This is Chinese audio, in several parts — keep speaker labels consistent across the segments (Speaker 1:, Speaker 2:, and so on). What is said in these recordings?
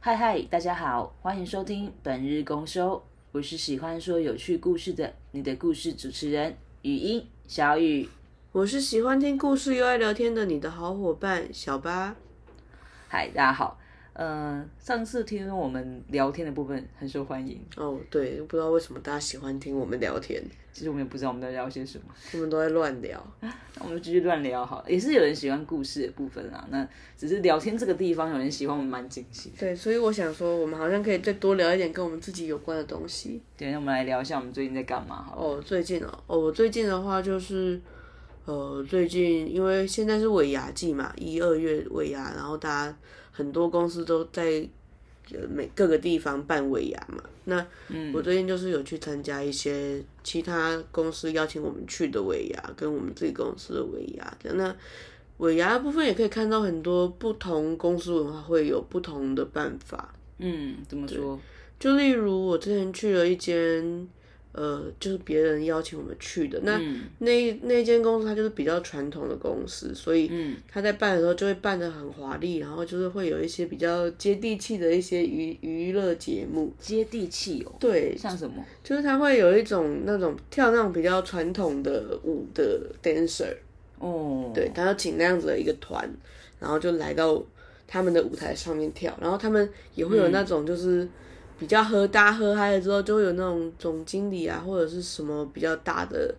Speaker 1: 嗨嗨，大家好，欢迎收听本日公休，我是喜欢说有趣故事的你的故事主持人语音小雨。
Speaker 2: 我是喜欢听故事又爱聊天的你的好伙伴小八。
Speaker 1: 嗨，大家好，呃，上次听我们聊天的部分很受欢迎，
Speaker 2: 哦，对，不知道为什么大家喜欢听我们聊天，
Speaker 1: 其实我们也不知道我们在聊些什么，
Speaker 2: 我们都在乱聊。
Speaker 1: 那我们就继续乱聊好了。也是有人喜欢故事的部分啊，那只是聊天这个地方有人喜欢，我们蛮惊喜的。
Speaker 2: 对，所以我想说，我们好像可以再多聊一点跟我们自己有关的东西。
Speaker 1: 对，那我们来聊一下我们最近在干嘛好了。
Speaker 2: 哦，最近哦，哦，我最近的话就是，呃，最近因为现在是尾牙季嘛，一二月尾牙，然后大家很多公司都在呃每各个地方办尾牙嘛。那我最近就是有去参加一些其他公司邀请我们去的尾牙，跟我们自己公司的尾牙的。那尾牙的部分也可以看到很多不同公司文化会有不同的办法。
Speaker 1: 嗯，怎么说？
Speaker 2: 就例如我之前去了一间，呃，就是别人邀请我们去的，那、那那间公司它就是比较传统的公司，所以他在办的时候就会办得很华丽，然后就是会有一些比较接地气的一些娱娱乐节目，
Speaker 1: 接地气哦。
Speaker 2: 对，
Speaker 1: 像什么？
Speaker 2: 就是他会有一种那种跳那种比较传统的舞的 dancer，
Speaker 1: 哦，
Speaker 2: 对，，他要请那样子的一个团，然后就来到他们的舞台上面跳，然后他们也会有那种就是比较喝大喝嗨了之后，就会有那种总经理啊或者是什么比较大的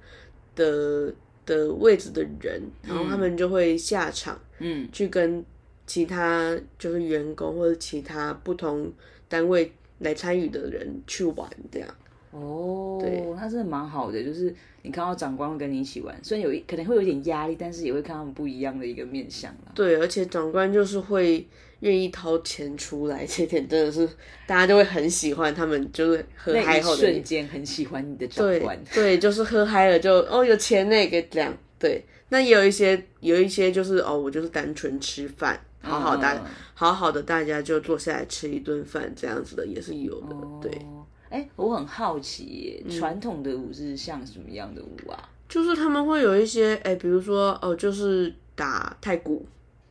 Speaker 2: 的的位置的人，然后他们就会下场
Speaker 1: 嗯
Speaker 2: 去跟其他就是员工或者其他不同单位来参与的人去玩这样。
Speaker 1: 哦，
Speaker 2: 对，
Speaker 1: 那真的蛮好的，就是你看到长官会跟你一起玩，虽然有一可能会有一点压力，但是也会看到他们不一样的一个面相啦。
Speaker 2: 对，而且长官就是会愿意掏钱出来，这点真的是大家就会很喜欢他们，就是喝
Speaker 1: 那
Speaker 2: 嗨
Speaker 1: 一
Speaker 2: 后的
Speaker 1: 瞬
Speaker 2: 你。
Speaker 1: 间很喜欢你的长
Speaker 2: 对
Speaker 1: 官，
Speaker 2: 对，就是喝嗨了就哦有钱那个这样。对，那也有一些有一些就是哦，我就是单纯吃饭，好好大、
Speaker 1: 嗯
Speaker 2: 好好的大家就坐下来吃一顿饭这样子的也是有的。对，嗯
Speaker 1: 哦。哎、我很好奇耶，传统的舞是像什么样的舞啊？
Speaker 2: 就是他们会有一些哎，比如说哦，就是打太鼓，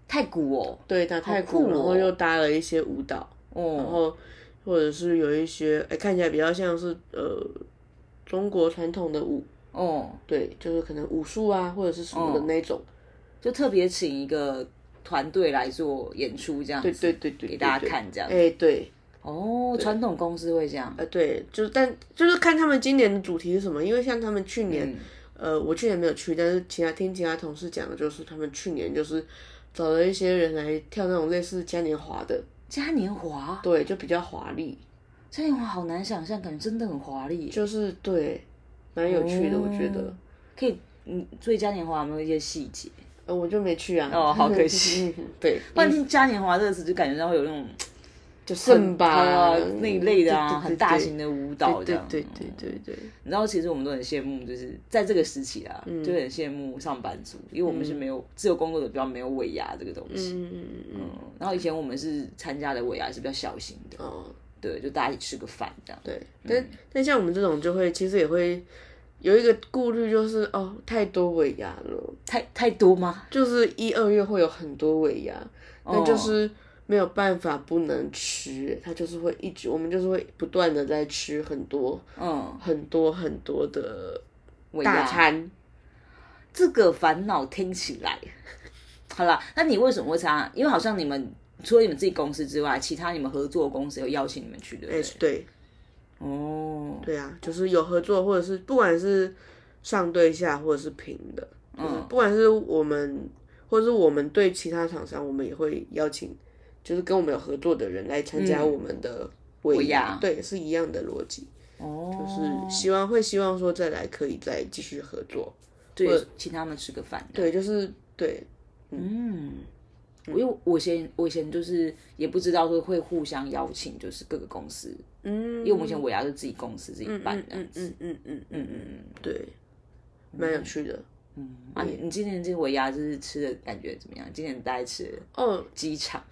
Speaker 1: 太鼓哦，
Speaker 2: 对，打太
Speaker 1: 酷
Speaker 2: 鼓，然后
Speaker 1: 哦
Speaker 2: 又搭了一些舞蹈。然
Speaker 1: 哦，
Speaker 2: 后或者是有一些哎、看起来比较像是呃中国传统的舞，
Speaker 1: 哦，
Speaker 2: 对，就是可能武术啊或者是什么的那种，
Speaker 1: 就特别请一个团队来做演出这样子，
Speaker 2: 对对对对，
Speaker 1: 给大家
Speaker 2: 对
Speaker 1: 看这样
Speaker 2: 哎、对，
Speaker 1: 哦，传统公司会这样，
Speaker 2: 呃对，就是但就是看他们今年的主题是什么，因为像他们去年，
Speaker 1: 嗯
Speaker 2: 呃我去年没有去，但是其他听其他同事讲的就是他们去年就是找了一些人来跳那种类似嘉年华的，
Speaker 1: 嘉年华，
Speaker 2: 对，就比较华丽，
Speaker 1: 嘉年华好难想象，感觉真的很华丽耶。
Speaker 2: 就是对，蛮有趣的，我觉得
Speaker 1: 哦。可以，嗯，所以嘉年华有没有一些细节？
Speaker 2: 呃，我就没去啊。
Speaker 1: 哦好可惜
Speaker 2: 嗯。 对，
Speaker 1: 不然听嘉年华这个词就感觉到会有那种
Speaker 2: 就剩吧
Speaker 1: 啊那一类的啊，
Speaker 2: 对对对
Speaker 1: 很大型的舞蹈这
Speaker 2: 对
Speaker 1: 样。
Speaker 2: 对对嗯对对对，
Speaker 1: 你知道，其实我们都很羡慕，就是在这个时期啊，就很羡慕上班族，因为我们是没有自由工作者，比较没有尾牙这个东西。
Speaker 2: 嗯嗯嗯嗯，
Speaker 1: 嗯然后以前我们是参加的尾牙是比较小型的，
Speaker 2: 哦，
Speaker 1: 对，就大家一起吃个饭这样。
Speaker 2: 对，但但像我们这种就会，其实也会有一个顾虑，就是哦，太多尾牙了，
Speaker 1: 太太多吗？
Speaker 2: 就是一二月会有很多尾牙，但
Speaker 1: 哦
Speaker 2: 就是没有办法不能吃，它就是会一直，我们就是会不断的在吃很多
Speaker 1: 嗯，
Speaker 2: 很多很多的
Speaker 1: 尾牙
Speaker 2: 大餐，
Speaker 1: 这个烦恼听起来， 好啦，那你为什么会参加？因为好像你们除了你们自己公司之外，其他你们合作的公司有邀请你们去，对不
Speaker 2: 哎
Speaker 1: 对？，
Speaker 2: 对，
Speaker 1: 哦，
Speaker 2: 对啊，就是有合作，或者是不管是上对下，或者是平的，就是
Speaker 1: 嗯
Speaker 2: 不管是我们，或者是我们对其他厂商，我们也会邀请，就是跟我们有合作的人来参加我们的尾
Speaker 1: 嗯牙
Speaker 2: 对，是一样的逻辑，
Speaker 1: 哦，
Speaker 2: 就是希望会希望说再来可以再继续合作，
Speaker 1: 对，请他们吃个饭。
Speaker 2: 对，就是对，
Speaker 1: 嗯，因为我以前我以前就是也不知道说会互相邀请，就是各个公司，
Speaker 2: 嗯，
Speaker 1: 因为我们以前尾牙是自己公司自己办
Speaker 2: 嗯
Speaker 1: 这
Speaker 2: 嗯
Speaker 1: 样子。
Speaker 2: 嗯嗯嗯嗯
Speaker 1: 嗯嗯
Speaker 2: 对，蛮有趣的
Speaker 1: 嗯，啊，你你今年这个尾牙就是吃的感觉怎么样？今年大概吃了
Speaker 2: 哦。
Speaker 1: 几场？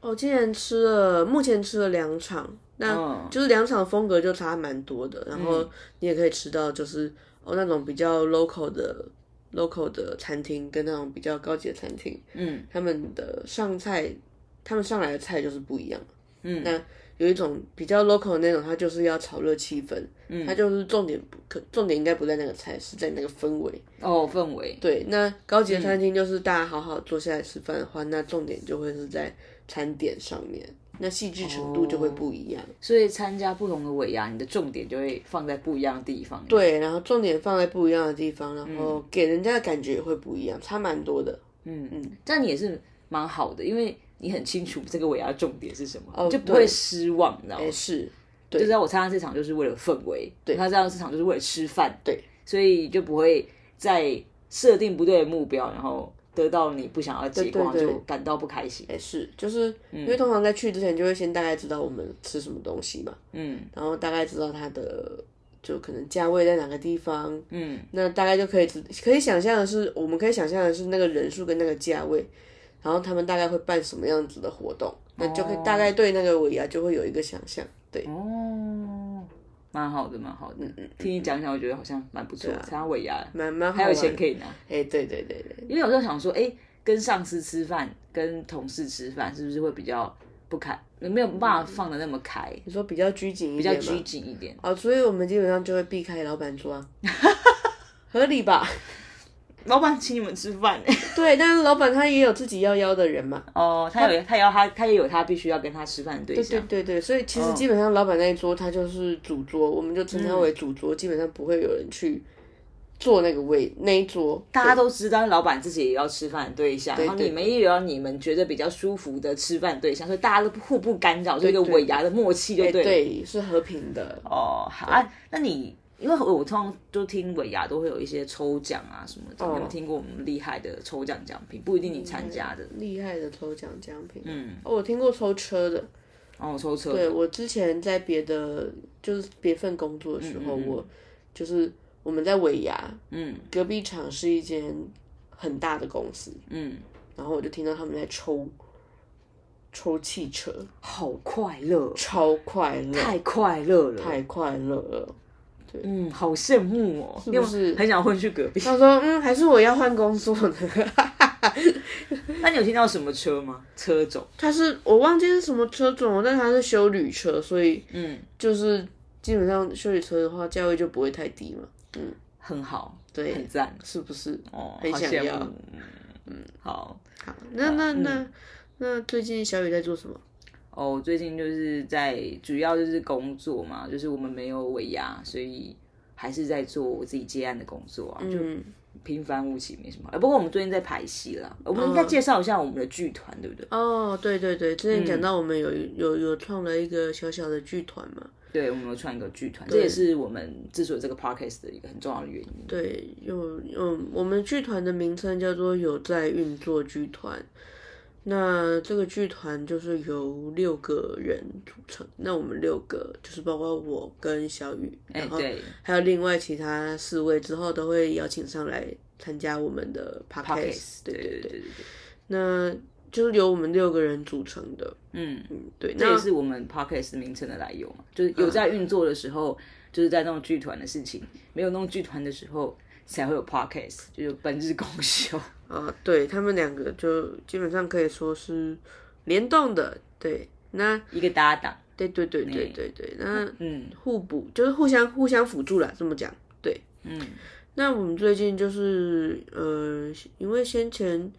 Speaker 2: 我今年吃了，目前吃了两场，那
Speaker 1: 嗯
Speaker 2: 就是两场风格就差蛮多的。然后你也可以吃到，就是、哦那种比较 local 的 local 的餐厅，跟那种比较高级的餐厅，
Speaker 1: 嗯，
Speaker 2: 他们的上菜，他们上来的菜就是不一样。嗯，那有一种比较 local 的那种，它就是要炒热气氛，嗯，它就是重点不可重点应该不在那个菜，是在那个氛围。
Speaker 1: 哦，氛围，
Speaker 2: 对，那高级的餐厅就是大家好好坐下来吃饭的话，那重点就会是在餐点上面，那细致程度就会不一样。
Speaker 1: 所以参加不同的尾牙，你的重点就会放在不一样的地方。
Speaker 2: 对，然后重点放在不一样的地方，然后给人家的感觉也会不一样，差蛮多的。
Speaker 1: 嗯嗯，这样你也是蛮好的，因为你很清楚这个尾牙的重点是什么，
Speaker 2: 哦
Speaker 1: 就不会失望，你知道吗
Speaker 2: 哎，？是，
Speaker 1: 就
Speaker 2: 对
Speaker 1: 知道我参加这场就是为了氛围，对他这场这场就是为了吃饭，
Speaker 2: 对，
Speaker 1: 所以就不会在设定不对的目标，然后得到你不想要的结果
Speaker 2: 对对对
Speaker 1: 就感到不开心。
Speaker 2: 哎，是，就是
Speaker 1: 嗯
Speaker 2: 因为通常在去之前就会先大概知道我们吃什么东西嘛，
Speaker 1: 嗯
Speaker 2: 然后大概知道它的就可能价位在哪个地方，
Speaker 1: 嗯，
Speaker 2: 那大概就可以知可以想象的是，我们可以想象的是那个人数跟那个价位，然后他们大概会办什么样子的活动，那就可以大概对那个尾牙就会有一个想象，对，
Speaker 1: 哦，蛮好的，蛮好的。
Speaker 2: 嗯
Speaker 1: 听你讲讲，我觉得好像蛮不错，参加尾牙
Speaker 2: 蛮蛮好
Speaker 1: 还有
Speaker 2: 玩
Speaker 1: 钱
Speaker 2: 的
Speaker 1: 可以拿。
Speaker 2: 哎，对对对对，
Speaker 1: 因为有时候想说，哎、跟上司吃饭、跟同事吃饭，是不是会比较不开，没有办法放的那么开，比
Speaker 2: 你说比较拘谨一
Speaker 1: 较
Speaker 2: 点嘛，
Speaker 1: 拘谨一点。
Speaker 2: 哦，所以我们基本上就会避开老板桌啊， 合理吧？
Speaker 1: 老板请你们吃饭、
Speaker 2: 对，但是老板他也有自己要邀的人嘛，
Speaker 1: 哦，他有他也要他他也有他必须要跟他吃饭的对
Speaker 2: 对
Speaker 1: 象。
Speaker 2: 对对，所以其实基本上老板那一桌他就是主桌，我们就称他为主桌，基本上不会有人去坐那个位那一桌，
Speaker 1: 大家都知道，老板自己也要吃饭的对象，然后
Speaker 2: 对
Speaker 1: 你们也有你们觉得比较舒服的吃饭对象，所以大家都互不干扰，就一个
Speaker 2: 对
Speaker 1: 尾牙的默契就
Speaker 2: 对
Speaker 1: 对了。
Speaker 2: 对是和平的。
Speaker 1: 哦，好啊，那你因为我通常都听尾牙都会有一些抽奖啊什么的，你有没有听过我们厉害的抽奖奖品？不一定你参加的，
Speaker 2: 厉害的抽奖奖品，嗯，哦，我听过抽车的，
Speaker 1: 哦，抽车，
Speaker 2: 对我之前在别的就是别份工作的时候，我就是我们在尾牙，
Speaker 1: 嗯
Speaker 2: 隔壁厂是一间很大的公司，
Speaker 1: 嗯，
Speaker 2: 然后我就听到他们在抽抽汽车，
Speaker 1: 好快乐，
Speaker 2: 超快乐，
Speaker 1: 太快乐了，
Speaker 2: 太快乐 了。
Speaker 1: 嗯，好羡慕哦，
Speaker 2: 是不是
Speaker 1: 因为很想混去隔壁？
Speaker 2: 他说：“嗯，还是我要换工作呢。
Speaker 1: 那你有听到什么车吗？车种？”
Speaker 2: 他是我忘记是什么车种了，但他是修旅车，所以
Speaker 1: 嗯，
Speaker 2: 就是基本上修理车的话，价位就不会太低嘛，
Speaker 1: 很好，
Speaker 2: 对
Speaker 1: 很赞，
Speaker 2: 是不是？
Speaker 1: 哦，
Speaker 2: 很
Speaker 1: 好
Speaker 2: 想
Speaker 1: 羡
Speaker 2: 要
Speaker 1: 慕，嗯，好。
Speaker 2: 好，嗯那那那那最近小雨在做什么？
Speaker 1: 哦，最近就是在主要就是工作嘛，就是我们没有尾牙，所以还是在做我自己接案的工作啊，就
Speaker 2: 嗯，
Speaker 1: 平凡无奇，没什么。呃不过我们最近在排戏啦，我们应
Speaker 2: 嗯
Speaker 1: 该介绍一下我们的剧团，对不对？
Speaker 2: 哦，对对对，之前讲到我们有有有创了一个小小的剧团嘛，
Speaker 1: 对，我们有创一个剧团，这也是我们之所以这个 podcast 的一个很重要的原因。
Speaker 2: 对，有嗯，我们剧团的名称叫做有在运作剧团。那这个剧团就是由六个人组成，那我们六个就是包括我跟小雨，
Speaker 1: 哎
Speaker 2: 然，后
Speaker 1: 对
Speaker 2: 还有另外其他四位，之后都会邀请上来参加我们的 podcast，
Speaker 1: 对对
Speaker 2: 对对
Speaker 1: 对
Speaker 2: 对，
Speaker 1: 对对，
Speaker 2: 那就是由我们六个人组成的，
Speaker 1: 嗯，
Speaker 2: 嗯，对，
Speaker 1: 这
Speaker 2: 那嗯
Speaker 1: 也是我们 podcast 名称的来由嘛，就是有在运作的时候，就是在弄剧团的事情；没有弄剧团的时候，才会有 podcast，就是本日公休。
Speaker 2: 啊，对他们两个就基本上可以说是联动的，对，那
Speaker 1: 一个搭档。
Speaker 2: 对对对对对对，那
Speaker 1: 嗯
Speaker 2: 互补就是互相互相辅助啦，这么讲。对，
Speaker 1: 嗯
Speaker 2: 那我们最近就是呃，因为先前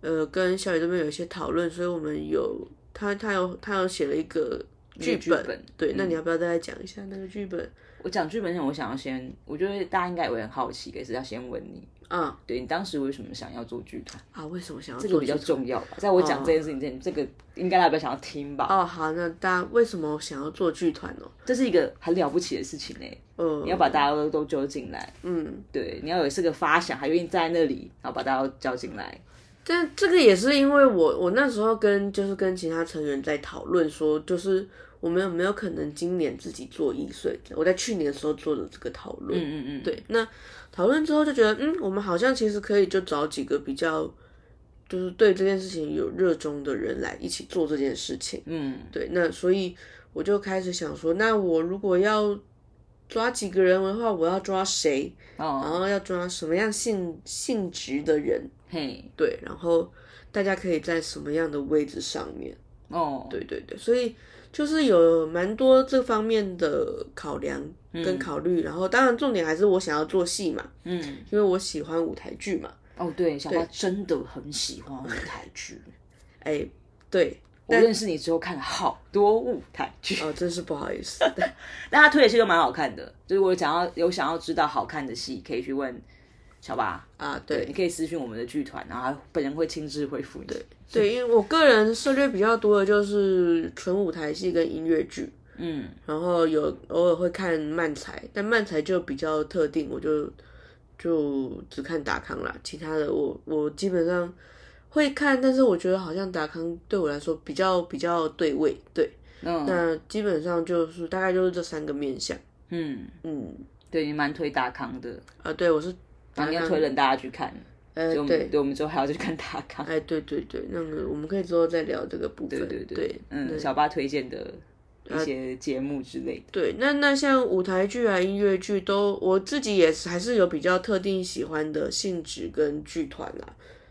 Speaker 2: 呃跟小雨这边有一些讨论，所以我们有他他有他有写了一个剧
Speaker 1: 剧本嗯
Speaker 2: 对，那你要不要再讲一下那个剧本？
Speaker 1: 我讲剧本前，我想要先，我觉得大家应该也会很好奇，也是要先问你，
Speaker 2: 啊
Speaker 1: 对你当时为什么想要做剧团，
Speaker 2: 啊，为什么想要
Speaker 1: 这
Speaker 2: 做
Speaker 1: 个比较
Speaker 2: 剧团
Speaker 1: 重要吧。在我讲这件事情之前，这个应该大家比较想要听吧？
Speaker 2: 哦，好，那大家为什么想要做剧团哦？
Speaker 1: 这是一个很了不起的事情呢、欸
Speaker 2: 嗯，
Speaker 1: 你要把大家都都揪进来，
Speaker 2: 嗯，
Speaker 1: 对，你要有这个发想，还愿意站在那里，然后把大家都叫进来。
Speaker 2: 但这个也是因为我我那时候跟就是跟其他成员在讨论说，就是我们有没有可能今年自己做易碎？我在去年的时候做的这个讨论，
Speaker 1: 嗯嗯，
Speaker 2: 对，那讨论之后就觉得，嗯，我们好像其实可以就找几个比较，就是对这件事情有热衷的人来一起做这件事情。
Speaker 1: 嗯，
Speaker 2: 对，那所以我就开始想说，那我如果要抓几个人的话，我要抓谁？然
Speaker 1: 哦，
Speaker 2: 后要抓什么样性性质的人？
Speaker 1: 嘿，
Speaker 2: 对，然后大家可以在什么样的位置上面？
Speaker 1: 哦，
Speaker 2: 对对对，所以就是有蛮多这方面的考量跟考虑，然后当然重点还是我想要做戏嘛，
Speaker 1: 嗯，
Speaker 2: 因为我喜欢舞台剧嘛，
Speaker 1: 哦，对，小花真的很喜欢舞台剧。
Speaker 2: 哎、对，
Speaker 1: 我认识你之后看了好多舞台剧，
Speaker 2: 哦，真是不好意思，
Speaker 1: 但他推的戏都蛮好看的。就是我想要有想要知道好看的戏，可以去问小八，
Speaker 2: 啊，
Speaker 1: 你
Speaker 2: 对
Speaker 1: 可以私讯我们的剧团，然后他本人会亲自回复你。
Speaker 2: 对，因为我个人涉猎比较多的就是纯舞台戏跟音乐剧，
Speaker 1: 嗯，
Speaker 2: 然后有偶尔会看漫才，但漫才就比较特定，我就就只看达康啦，其他的我我基本上会看，但是我觉得好像达康对我来说比较比较对味，对，
Speaker 1: 嗯
Speaker 2: 那基本上就是大概就是这三个面相，
Speaker 1: 嗯，
Speaker 2: 嗯，
Speaker 1: 对你蛮推大康的，
Speaker 2: 啊，对我是
Speaker 1: 然后你要推了大家去看，
Speaker 2: 呃
Speaker 1: 所以我
Speaker 2: 对
Speaker 1: 们。对我们之后还要去看大康。
Speaker 2: 哎，对对对，那个我们可以之后再聊这个部分。
Speaker 1: 对对
Speaker 2: 对呃
Speaker 1: 嗯，小八推荐的一些节目之类的，
Speaker 2: 对，那那像舞台剧啊、音乐剧都，我自己也是还是有比较特定喜欢的性质跟剧团啦。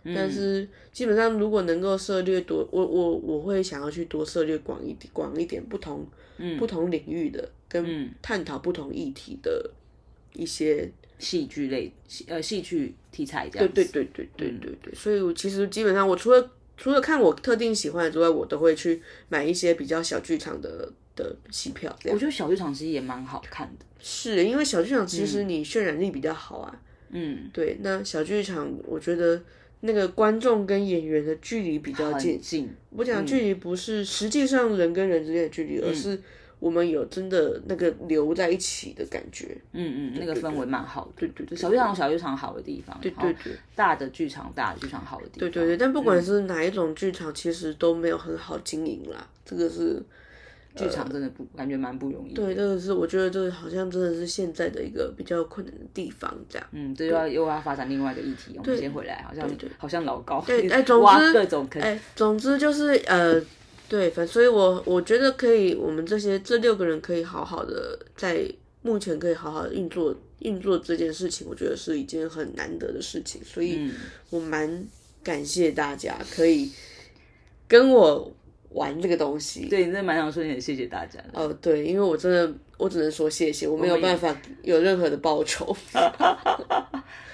Speaker 1: 嗯
Speaker 2: 但是基本上如果能够涉猎多，我我我会想要去多涉猎广一点、广一点不同、不同领域的，跟
Speaker 1: 嗯
Speaker 2: 探讨不同议题的一些。
Speaker 1: 戏剧类，戏呃，戏剧题材这
Speaker 2: 对
Speaker 1: 样子。嗯
Speaker 2: 对对对对对对，所以我其实基本上我除了除了看我特定喜欢的之外，我都会去买一些比较小剧场的的戏票。这样
Speaker 1: 我觉得小剧场其实也蛮好看的。
Speaker 2: 是因为小剧场其实你渲染力比较好啊。
Speaker 1: 嗯，
Speaker 2: 对，那小剧场我觉得那个观众跟演员的距离比较近
Speaker 1: 很。近。
Speaker 2: 我讲距离不是实际上人跟人之间的距离，而是我们有真的那个留在一起的感觉。
Speaker 1: 嗯嗯，那个氛围蛮好的。
Speaker 2: 对对对
Speaker 1: 就小剧场有小剧场好的地方，对
Speaker 2: 对对
Speaker 1: 大的剧场大的剧场好的地方。对
Speaker 2: 对对，但不管是哪一种剧场，其实都没有很好经营啦。这个是
Speaker 1: 剧场真的不感觉蛮不容易。
Speaker 2: 呃对，
Speaker 1: 对，
Speaker 2: 这个是我觉得这个好像真的是现在的一个比较困难的地方，这样。
Speaker 1: 嗯，这又要又要发展另外一个议题。我们先回来，好像好像老高， 对
Speaker 2: 哎总之
Speaker 1: 挖各种坑。
Speaker 2: 哎，总之就是呃，对，反所以我我觉得可以，我们这些这六个人可以好好的在目前可以好好的运作运作这件事情，我觉得是一件很难得的事情，所
Speaker 1: 嗯
Speaker 2: 以我蛮感谢大家可以跟我玩这个东西。
Speaker 1: 对，真的蛮想说你很谢谢大家的。
Speaker 2: 哦，对，因为我真的我只能说谢谢，我没有
Speaker 1: 们也
Speaker 2: 办法有任何的报酬。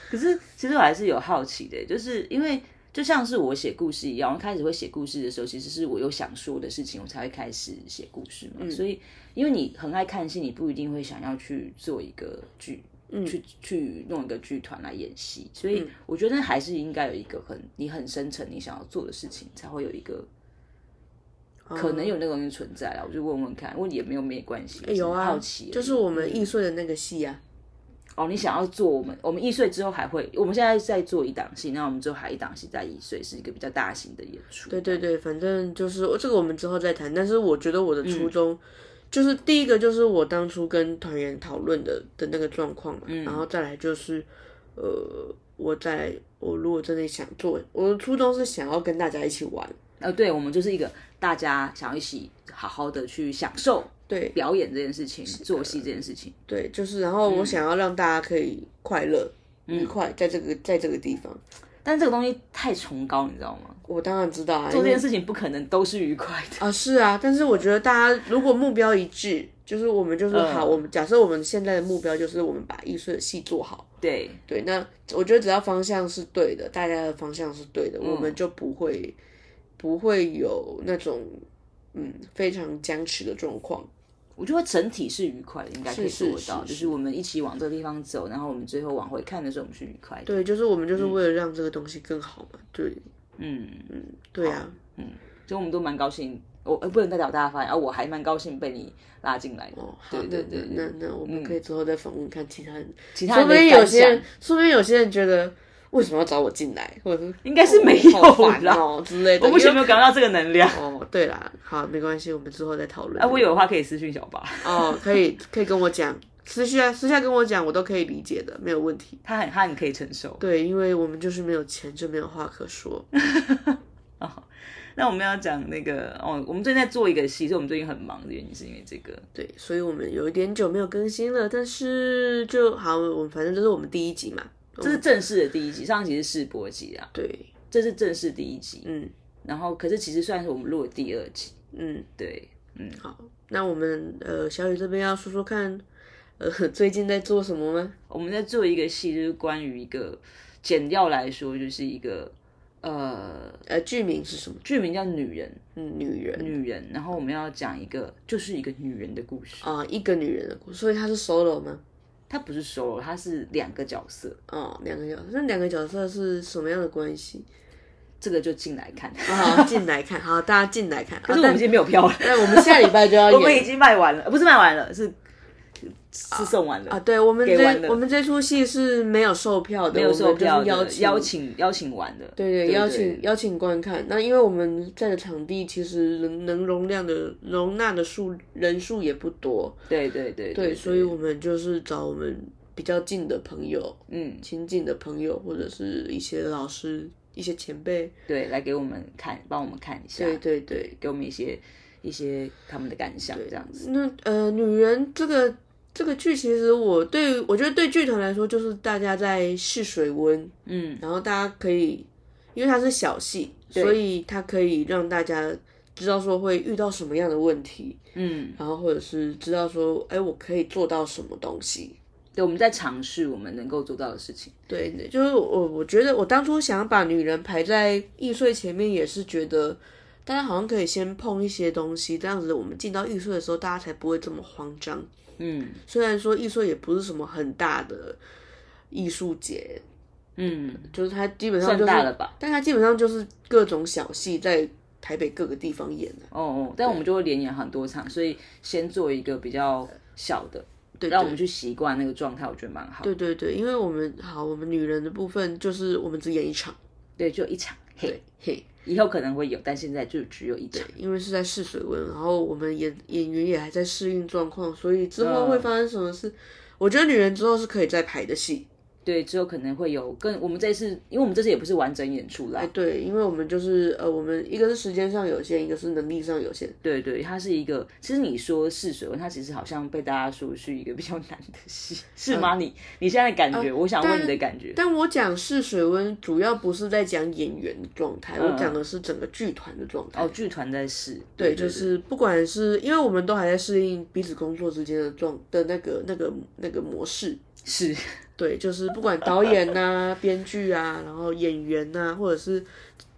Speaker 1: 可是其实我还是有好奇的，就是因为就像是我写故事一样，我开始会写故事的时候，其实是我有想说的事情，我才会开始写故事
Speaker 2: 嗯
Speaker 1: 嘛。所以，因为你很爱看戏，你不一定会想要去做一个剧，
Speaker 2: 嗯
Speaker 1: 去去弄一个剧团来演戏。所以，我觉得还是应该有一个很你很深沉你想要做的事情，才会有一个。可
Speaker 2: 嗯
Speaker 1: 能有那个东西存在啊，我就问问看，问也没有没关系。
Speaker 2: 有啊，
Speaker 1: 我只好奇而已，嗯
Speaker 2: 就是我们易碎的那个戏啊。
Speaker 1: 哦，你想要做我们我们易碎之后还会，我们现在在做一档戏，那我们之后还一档戏在易碎，是一个比较大型的演出。
Speaker 2: 对对对，反正就是这个我们之后再谈。但是我觉得
Speaker 1: 嗯
Speaker 2: 我的初衷、就是第一个就是我当初跟团员讨论的的那个状况嘛，
Speaker 1: 嗯
Speaker 2: 然后再来就是呃，我在我如果真的想做，我的初衷是想要跟大家一起玩，
Speaker 1: 呃，对，我们就是一个大家想要一起好好的去享受
Speaker 2: 对
Speaker 1: 表演这件事情，做戏这件事情。
Speaker 2: 对，就是然后我
Speaker 1: 嗯
Speaker 2: 想要让大家可以快乐、愉快，在这个在这个地方，
Speaker 1: 但这个东西太崇高，你知道吗？
Speaker 2: 我当然知道啊，
Speaker 1: 做这
Speaker 2: 因为
Speaker 1: 件事情不可能都是愉快的。
Speaker 2: 啊，是啊，但是我觉得大家如果目标一致，就是我们
Speaker 1: 嗯
Speaker 2: 就是好，我们假设我们现在的目标就是我们把艺术的戏做好。
Speaker 1: 对，
Speaker 2: 对，那我觉得只要方向是对的，大家的方向是对的，我们就不会不会有那种嗯非常僵持的状况。
Speaker 1: 我觉得整体是愉快的，应该可以
Speaker 2: 是
Speaker 1: 做
Speaker 2: 是
Speaker 1: 得到。
Speaker 2: 是
Speaker 1: 就是
Speaker 2: 是
Speaker 1: 我们一起往这个地方走，然后我们最后往回看的时候，我们是愉快的。
Speaker 2: 对，就是我们就是为了让这个东西更好嘛。对，
Speaker 1: 嗯。
Speaker 2: 对啊，
Speaker 1: 所以我们都蛮高兴。我、呃、不能代表大家发现，啊，我还蛮高兴被你拉进来的。
Speaker 2: 哦，好，
Speaker 1: 对对对
Speaker 2: 那那那那我们可以之后再访问嗯看其他人，
Speaker 1: 其他
Speaker 2: 说
Speaker 1: 人
Speaker 2: 不
Speaker 1: 的
Speaker 2: 定有些
Speaker 1: 感
Speaker 2: 人
Speaker 1: 想，
Speaker 2: 说不定有些人觉得为什么要找我进来，或者是
Speaker 1: 应该是没有
Speaker 2: 好烦
Speaker 1: 啦
Speaker 2: 哦之类的。
Speaker 1: 我目前
Speaker 2: 因
Speaker 1: 没
Speaker 2: 为
Speaker 1: 有感到这个能量。
Speaker 2: 哦，对啦，好，没关系，我们之后再讨 论。
Speaker 1: 啊，我有的话可以私讯小八，
Speaker 2: 哦，可以可以跟我讲，私下私下跟我讲，我都可以理解的，没有问题。
Speaker 1: 他很他很可以承受。
Speaker 2: 对，因为我们就是没有钱，就没有话可说。
Speaker 1: 哦那我们要讲那个哦，我们最近在做一个戏，所以我们最近很忙的原因是因为这个。
Speaker 2: 对，所以我们有一点久没有更新了，但是就好，我们反正这是我们第一集嘛。
Speaker 1: 这是正式的第一集，上一集是试播集啊，
Speaker 2: 对，
Speaker 1: 这是正式第一集。
Speaker 2: 嗯
Speaker 1: 然后可是其实算是我们录的第二集，
Speaker 2: 嗯，
Speaker 1: 对。嗯，
Speaker 2: 好，那我们呃小雨这边要说说看，呃最近在做什么吗？
Speaker 1: 我们在做一个戏，就是关于一个简要来说，就是一个呃
Speaker 2: 呃剧名是什么？
Speaker 1: 剧名叫《女人》，
Speaker 2: 嗯，女人
Speaker 1: 女人，然后我们要讲一个就是一个女人的故事。
Speaker 2: 啊、一个女人的故事，所以她是 solo 吗？
Speaker 1: 它不是 solo，它是两个角色，
Speaker 2: 哦，两个角色，那两个角色是什么样的关系？
Speaker 1: 这个就进来看。
Speaker 2: 好，进来看，好，大家进来看。
Speaker 1: 可
Speaker 2: 可哦
Speaker 1: 是我们已经没有票了，
Speaker 2: 那我们下礼拜就 要
Speaker 1: 我们已
Speaker 2: 演
Speaker 1: 经卖完了，不是卖完了，是是送完了
Speaker 2: 啊！对我们
Speaker 1: 给完
Speaker 2: 这
Speaker 1: 了
Speaker 2: 我们这出戏是没有售票的，
Speaker 1: 没有售票
Speaker 2: 我
Speaker 1: 的
Speaker 2: 们就是邀
Speaker 1: 邀
Speaker 2: 请
Speaker 1: 请邀请完的，
Speaker 2: 对对，邀请邀请观看。那因为我们在的场地其实能能容量的容纳的数人数也不多，
Speaker 1: 对对对对，
Speaker 2: 对，所以我们就是找我们比较近的朋友、
Speaker 1: 嗯
Speaker 2: 亲近的朋友，或者是一些老师、一些前辈，
Speaker 1: 对来给我们看，帮我们看一下，
Speaker 2: 对对对，
Speaker 1: 给我们一些一些他们的感想，这样子。
Speaker 2: 那呃，女人这个这个剧，其实我对我觉得对剧团来说，就是大家在试水温，
Speaker 1: 嗯，
Speaker 2: 然后大家可以，因为它是小戏，所以它可以让大家知道说会遇到什么样的问题，
Speaker 1: 嗯，
Speaker 2: 然后或者是知道说，哎，我可以做到什么东西。
Speaker 1: 对，我们在尝试我们能够做到的事情。
Speaker 2: 对，就是我我觉得我当初想把女人排在易碎前面，也是觉得。大家好像可以先碰一些东西，这样子我们进到易碎的时候，大家才不会这么慌张。
Speaker 1: 嗯
Speaker 2: 虽然说艺术也不是什么很大的艺术节，
Speaker 1: 嗯，
Speaker 2: 就是它基本上
Speaker 1: 算
Speaker 2: 就是，
Speaker 1: 大了吧？
Speaker 2: 但它基本上就是各种小戏在台北各个地方演的、
Speaker 1: 哦哦，但我们就会连演很多场，所以先做一个比较小的，
Speaker 2: 对
Speaker 1: 让我们去习惯那个状态，我觉得蛮好。
Speaker 2: 对对对，因为我们好，我们女人的部分就是我们只演一场，
Speaker 1: 对，就一场，嘿，
Speaker 2: 嘿，
Speaker 1: 以后可能会有，但现在就只有一场。
Speaker 2: 因为是在试水温，然后我们演演员也还在适应状况，所以之后
Speaker 1: 嗯
Speaker 2: 会发生什么事，我觉得女人之后是可以再排的戏。
Speaker 1: 对，之后可能会有更，我们这次，因为我们这次也不是完整演出啦，
Speaker 2: 哎，对，因为我们就是呃，我们一个是时间上有限，一个是能力上有限。
Speaker 1: 对对，它是一个，其实你说试水温，它其实好像被大家说是一个比较 难的戏，是吗？你你现在的感觉，我想问你的感觉，
Speaker 2: 嗯呃但我讲试水温，主要不是在讲演员的状态，我讲的是整个剧团的状态。
Speaker 1: 哦，剧团在试，
Speaker 2: 对，就是不管是因为我们都还在适应彼此工作之间的状的那个那个那个模式。
Speaker 1: 是，
Speaker 2: 对，就是不管导演呐、编剧啊，然后演员呐、或者是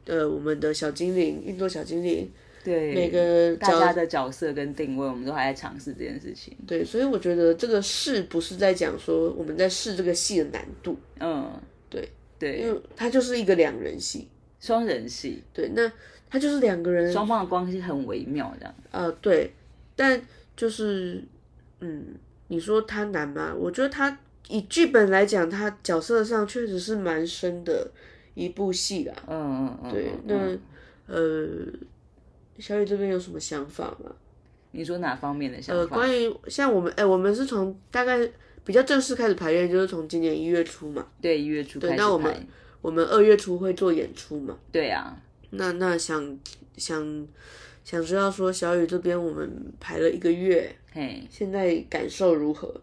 Speaker 2: 呃我们的小精灵运作小精灵，
Speaker 1: 对，
Speaker 2: 每个
Speaker 1: 大家
Speaker 2: 角
Speaker 1: 的角色跟定位，我们都还在尝试这件事情，
Speaker 2: 对，所以我觉得这个试不是在讲说我们在试这个戏的难度，
Speaker 1: 嗯，
Speaker 2: 对因
Speaker 1: 对，
Speaker 2: 为它就是一个两人戏。
Speaker 1: 双人戏，
Speaker 2: 对，那它就是两个人
Speaker 1: 双方的关系很微妙，这样，
Speaker 2: 呃，对，但就是，嗯，你说他难吗？我觉得他以剧本来讲，他角色上确实是蛮深的一部戏啦。
Speaker 1: 嗯嗯嗯，
Speaker 2: 对
Speaker 1: 嗯，
Speaker 2: 那
Speaker 1: 嗯
Speaker 2: 呃，小雨这边有什么想法吗？
Speaker 1: 你说哪方面的想
Speaker 2: 呃，
Speaker 1: 法？
Speaker 2: 关于像我们，哎，我们是从大概比较正式开始排练，就是从今年一月初嘛，
Speaker 1: 对，一月初
Speaker 2: 对
Speaker 1: 开始
Speaker 2: 那我们
Speaker 1: 拍，
Speaker 2: 我们二月初会做演出嘛。
Speaker 1: 对啊，
Speaker 2: 那那想想想知道说小雨这边我们排了一个月，
Speaker 1: 嘿，
Speaker 2: 现在感受如何？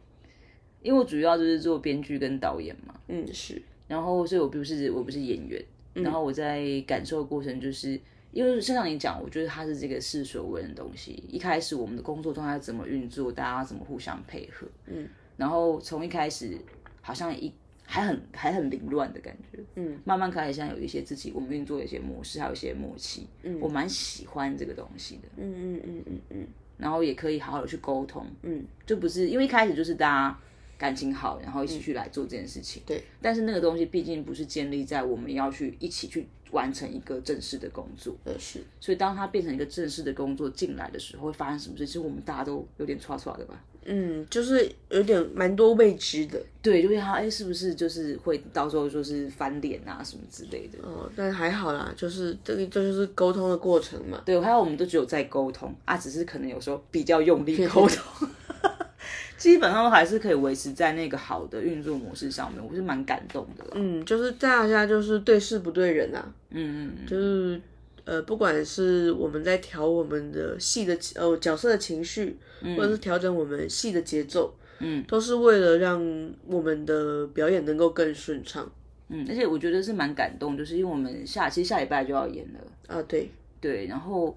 Speaker 1: 因为我主要就是做编剧跟导演嘛。
Speaker 2: 嗯，是。
Speaker 1: 然后所以我不是我不是演员，
Speaker 2: 嗯
Speaker 1: 然后我在感受的过程就是。因为就像你讲，我觉得它是这个世所谓的东西。一开始我们的工作状态怎么运作，大家怎么互相配合，
Speaker 2: 嗯，
Speaker 1: 然后从一开始好像一还很还很凌乱的感觉，
Speaker 2: 嗯，
Speaker 1: 慢慢开始像有一些自己我们运作的一些模式，还有一些默契，嗯，我蛮喜欢这个东西的，
Speaker 2: 嗯嗯嗯嗯
Speaker 1: 然后也可以好好的去沟通，
Speaker 2: 嗯，
Speaker 1: 就不是因为一开始就是大家感情好，然后一起去来做这件事情。
Speaker 2: 对，
Speaker 1: 但是那个东西毕竟不是建立在我们要去一起去完成一个正式的工作，
Speaker 2: 呃是，
Speaker 1: 所以当它变成一个正式的工作进来的时候，会发生什么事？其实我们大家都有点歘歘的吧。
Speaker 2: 嗯，就是有点蛮多未知的
Speaker 1: 对，就会他哎，是不是就是会到时候就是翻脸啊什么之类的？
Speaker 2: 哦，但还好啦，就是这个这就是沟通的过程嘛。
Speaker 1: 对，还有我们都只有在沟通啊，只是可能有时候比较用力沟通， 基本上还是可以维持在那个好的运作模式上面，我是蛮感动的啦。
Speaker 2: 嗯，就是大家就是对事不对人啊，
Speaker 1: 嗯嗯嗯，
Speaker 2: 就是呃，不管是我们在调我们的戏的呃角色的情绪，或者是调整我们戏的节奏，
Speaker 1: 嗯，
Speaker 2: 都是为了让我们的表演能够更顺畅
Speaker 1: 嗯，而且我觉得是蛮感动，就是因为我们下其实下礼拜就要演了，
Speaker 2: 啊。对，
Speaker 1: 对，然后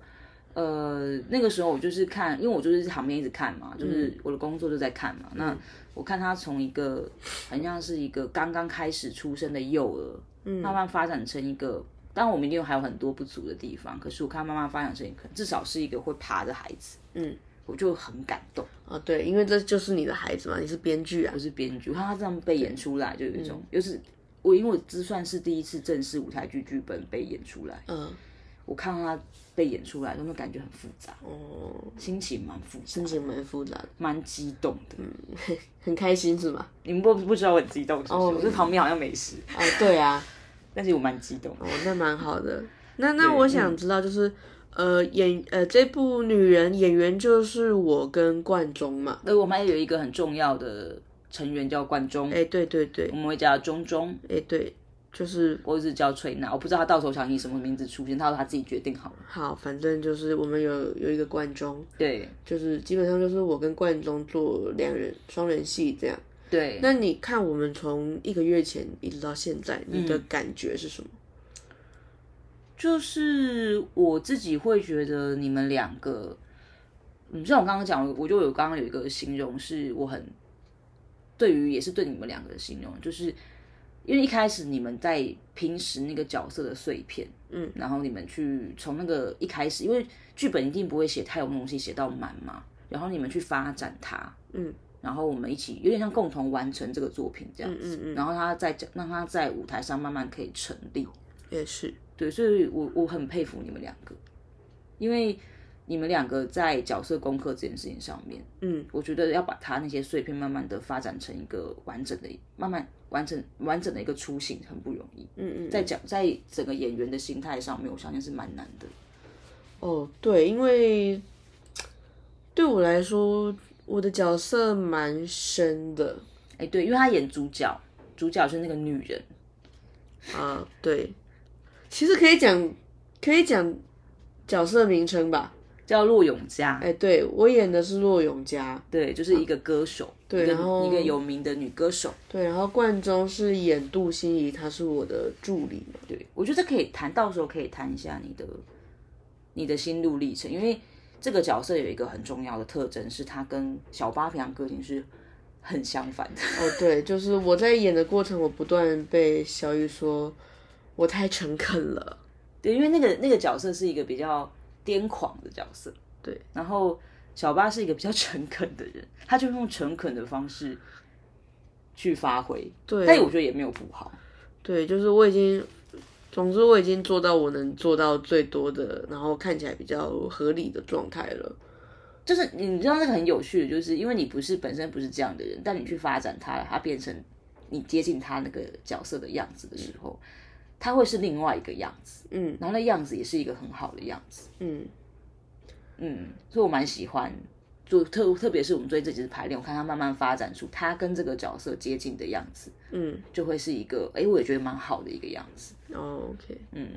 Speaker 1: 呃，那个时候我就是看，因为我就是旁边一直看嘛，就是我的工作就在看嘛。那我看他从一个很像是一个刚刚开始出生的幼儿，慢慢发展成一个，当然我们一定还有很多不足的地方，可是我看慢慢发展成一个，至少是一个会爬的孩子，嗯，我就很感动。
Speaker 2: 哦，对，因为这就是你的孩子嘛，你是编剧啊
Speaker 1: 我，是编剧，我看他这样被演出来，就有一种，又是我因为我这算是第一次正式舞台剧剧本被演出来，
Speaker 2: 嗯，
Speaker 1: 我看到他被演出来，有没有感觉很复杂，
Speaker 2: 哦，
Speaker 1: 心情蛮复杂
Speaker 2: 心，情蛮复杂的，
Speaker 1: 蛮激动的。
Speaker 2: 很开心是吗？
Speaker 1: 你们不不知道我很激动是不是？
Speaker 2: 哦
Speaker 1: 我这旁边好像没事，
Speaker 2: 哦，对啊，
Speaker 1: 但是我蛮激动的。
Speaker 2: 哦，那蛮好的。那那
Speaker 1: 嗯
Speaker 2: 我想知道就是，呃，演呃这部《女人》演员就是我跟冠中嘛，
Speaker 1: 呃而我们还有一个很重要的成员叫冠中，
Speaker 2: 哎，对对对
Speaker 1: 我，们会叫他中中，
Speaker 2: 哎对，就是
Speaker 1: 或者是叫翠娜，我不知道他到时候想以什么名字出现，他说他自己决定好了。
Speaker 2: 好，反正就是我们有有一个冠中，
Speaker 1: 对
Speaker 2: 就是基本上就是我跟冠中做两人双人戏这样。
Speaker 1: 对，
Speaker 2: 那你看我们从一个月前一直到现在，你的
Speaker 1: 嗯
Speaker 2: 感觉是什么？
Speaker 1: 就是我自己会觉得你们两个，嗯，像我刚刚讲，我就有刚刚有一个形容是我很对于也是对你们两个的形容，就是因为一开始你们在平时那个角色的碎片，嗯，然后你们去从那个一开始，因为剧本一定不会写太多东西写到满嘛，然后你们去发展它，嗯。然后我们一起有点像共同完成这个作品这
Speaker 2: 嗯
Speaker 1: 样子，然后他在让他在舞台上慢慢可以成立，
Speaker 2: 也是，
Speaker 1: 对，所以我我很佩服你们两个，因为你们两个在角色功课这件事情上面，
Speaker 2: 嗯，
Speaker 1: 我觉得要把它那些碎片慢慢的发展成一个完整的、慢慢完整完整的一个雏形，很不容易。
Speaker 2: 嗯嗯，
Speaker 1: 在讲在整个演员的心态上面，我相信是蛮难的。
Speaker 2: 哦，对，因为对我来说，我的角色蛮深的
Speaker 1: 哎，对，因为他演主角，主角是那个女人，
Speaker 2: 啊，对，其实可以讲，可以讲角色名称吧。
Speaker 1: 叫骆永佳，
Speaker 2: 哎，对我演的是骆永佳，
Speaker 1: 对，就是一个歌手，
Speaker 2: 对
Speaker 1: 一个
Speaker 2: 然后
Speaker 1: 一个有名的女歌手。
Speaker 2: 对，然后冠中是演杜心怡，她是我的助理嘛。
Speaker 1: 对，我觉得可以谈，到时候可以谈一下你的你的心路历程，因为这个角色有一个很重要的特征，是他跟小八平常个性是很相反的。
Speaker 2: 哦，对，就是我在演的过程，我不断被小雨说我太诚恳了。
Speaker 1: 对，因为那个那个角色是一个比较癫狂的角色，
Speaker 2: 对，
Speaker 1: 然后小八是一个比较 诚恳的人，他就用诚恳的方式去发挥，
Speaker 2: 对
Speaker 1: 但我觉得也没有不好。
Speaker 2: 对，就是我已经，总之我已经做到我能做到最多的，然后看起来比较合理的状态了。
Speaker 1: 就是你知道那个很有趣的，就是因为你不是本身不是这样的人，但你去发展他，他变成你接近他那个角色的样子的时候，他会是另外一个样子，
Speaker 2: 嗯
Speaker 1: 然后那样子也是一个很好的样子，
Speaker 2: 嗯，
Speaker 1: 嗯，所以我蛮喜欢，就特特别是我们最近这几次排练，我看他慢慢发展出他跟这个角色接近的样子，
Speaker 2: 嗯，
Speaker 1: 就会是一个，哎，我也觉得蛮好的一个样子，
Speaker 2: 哦，OK，
Speaker 1: 嗯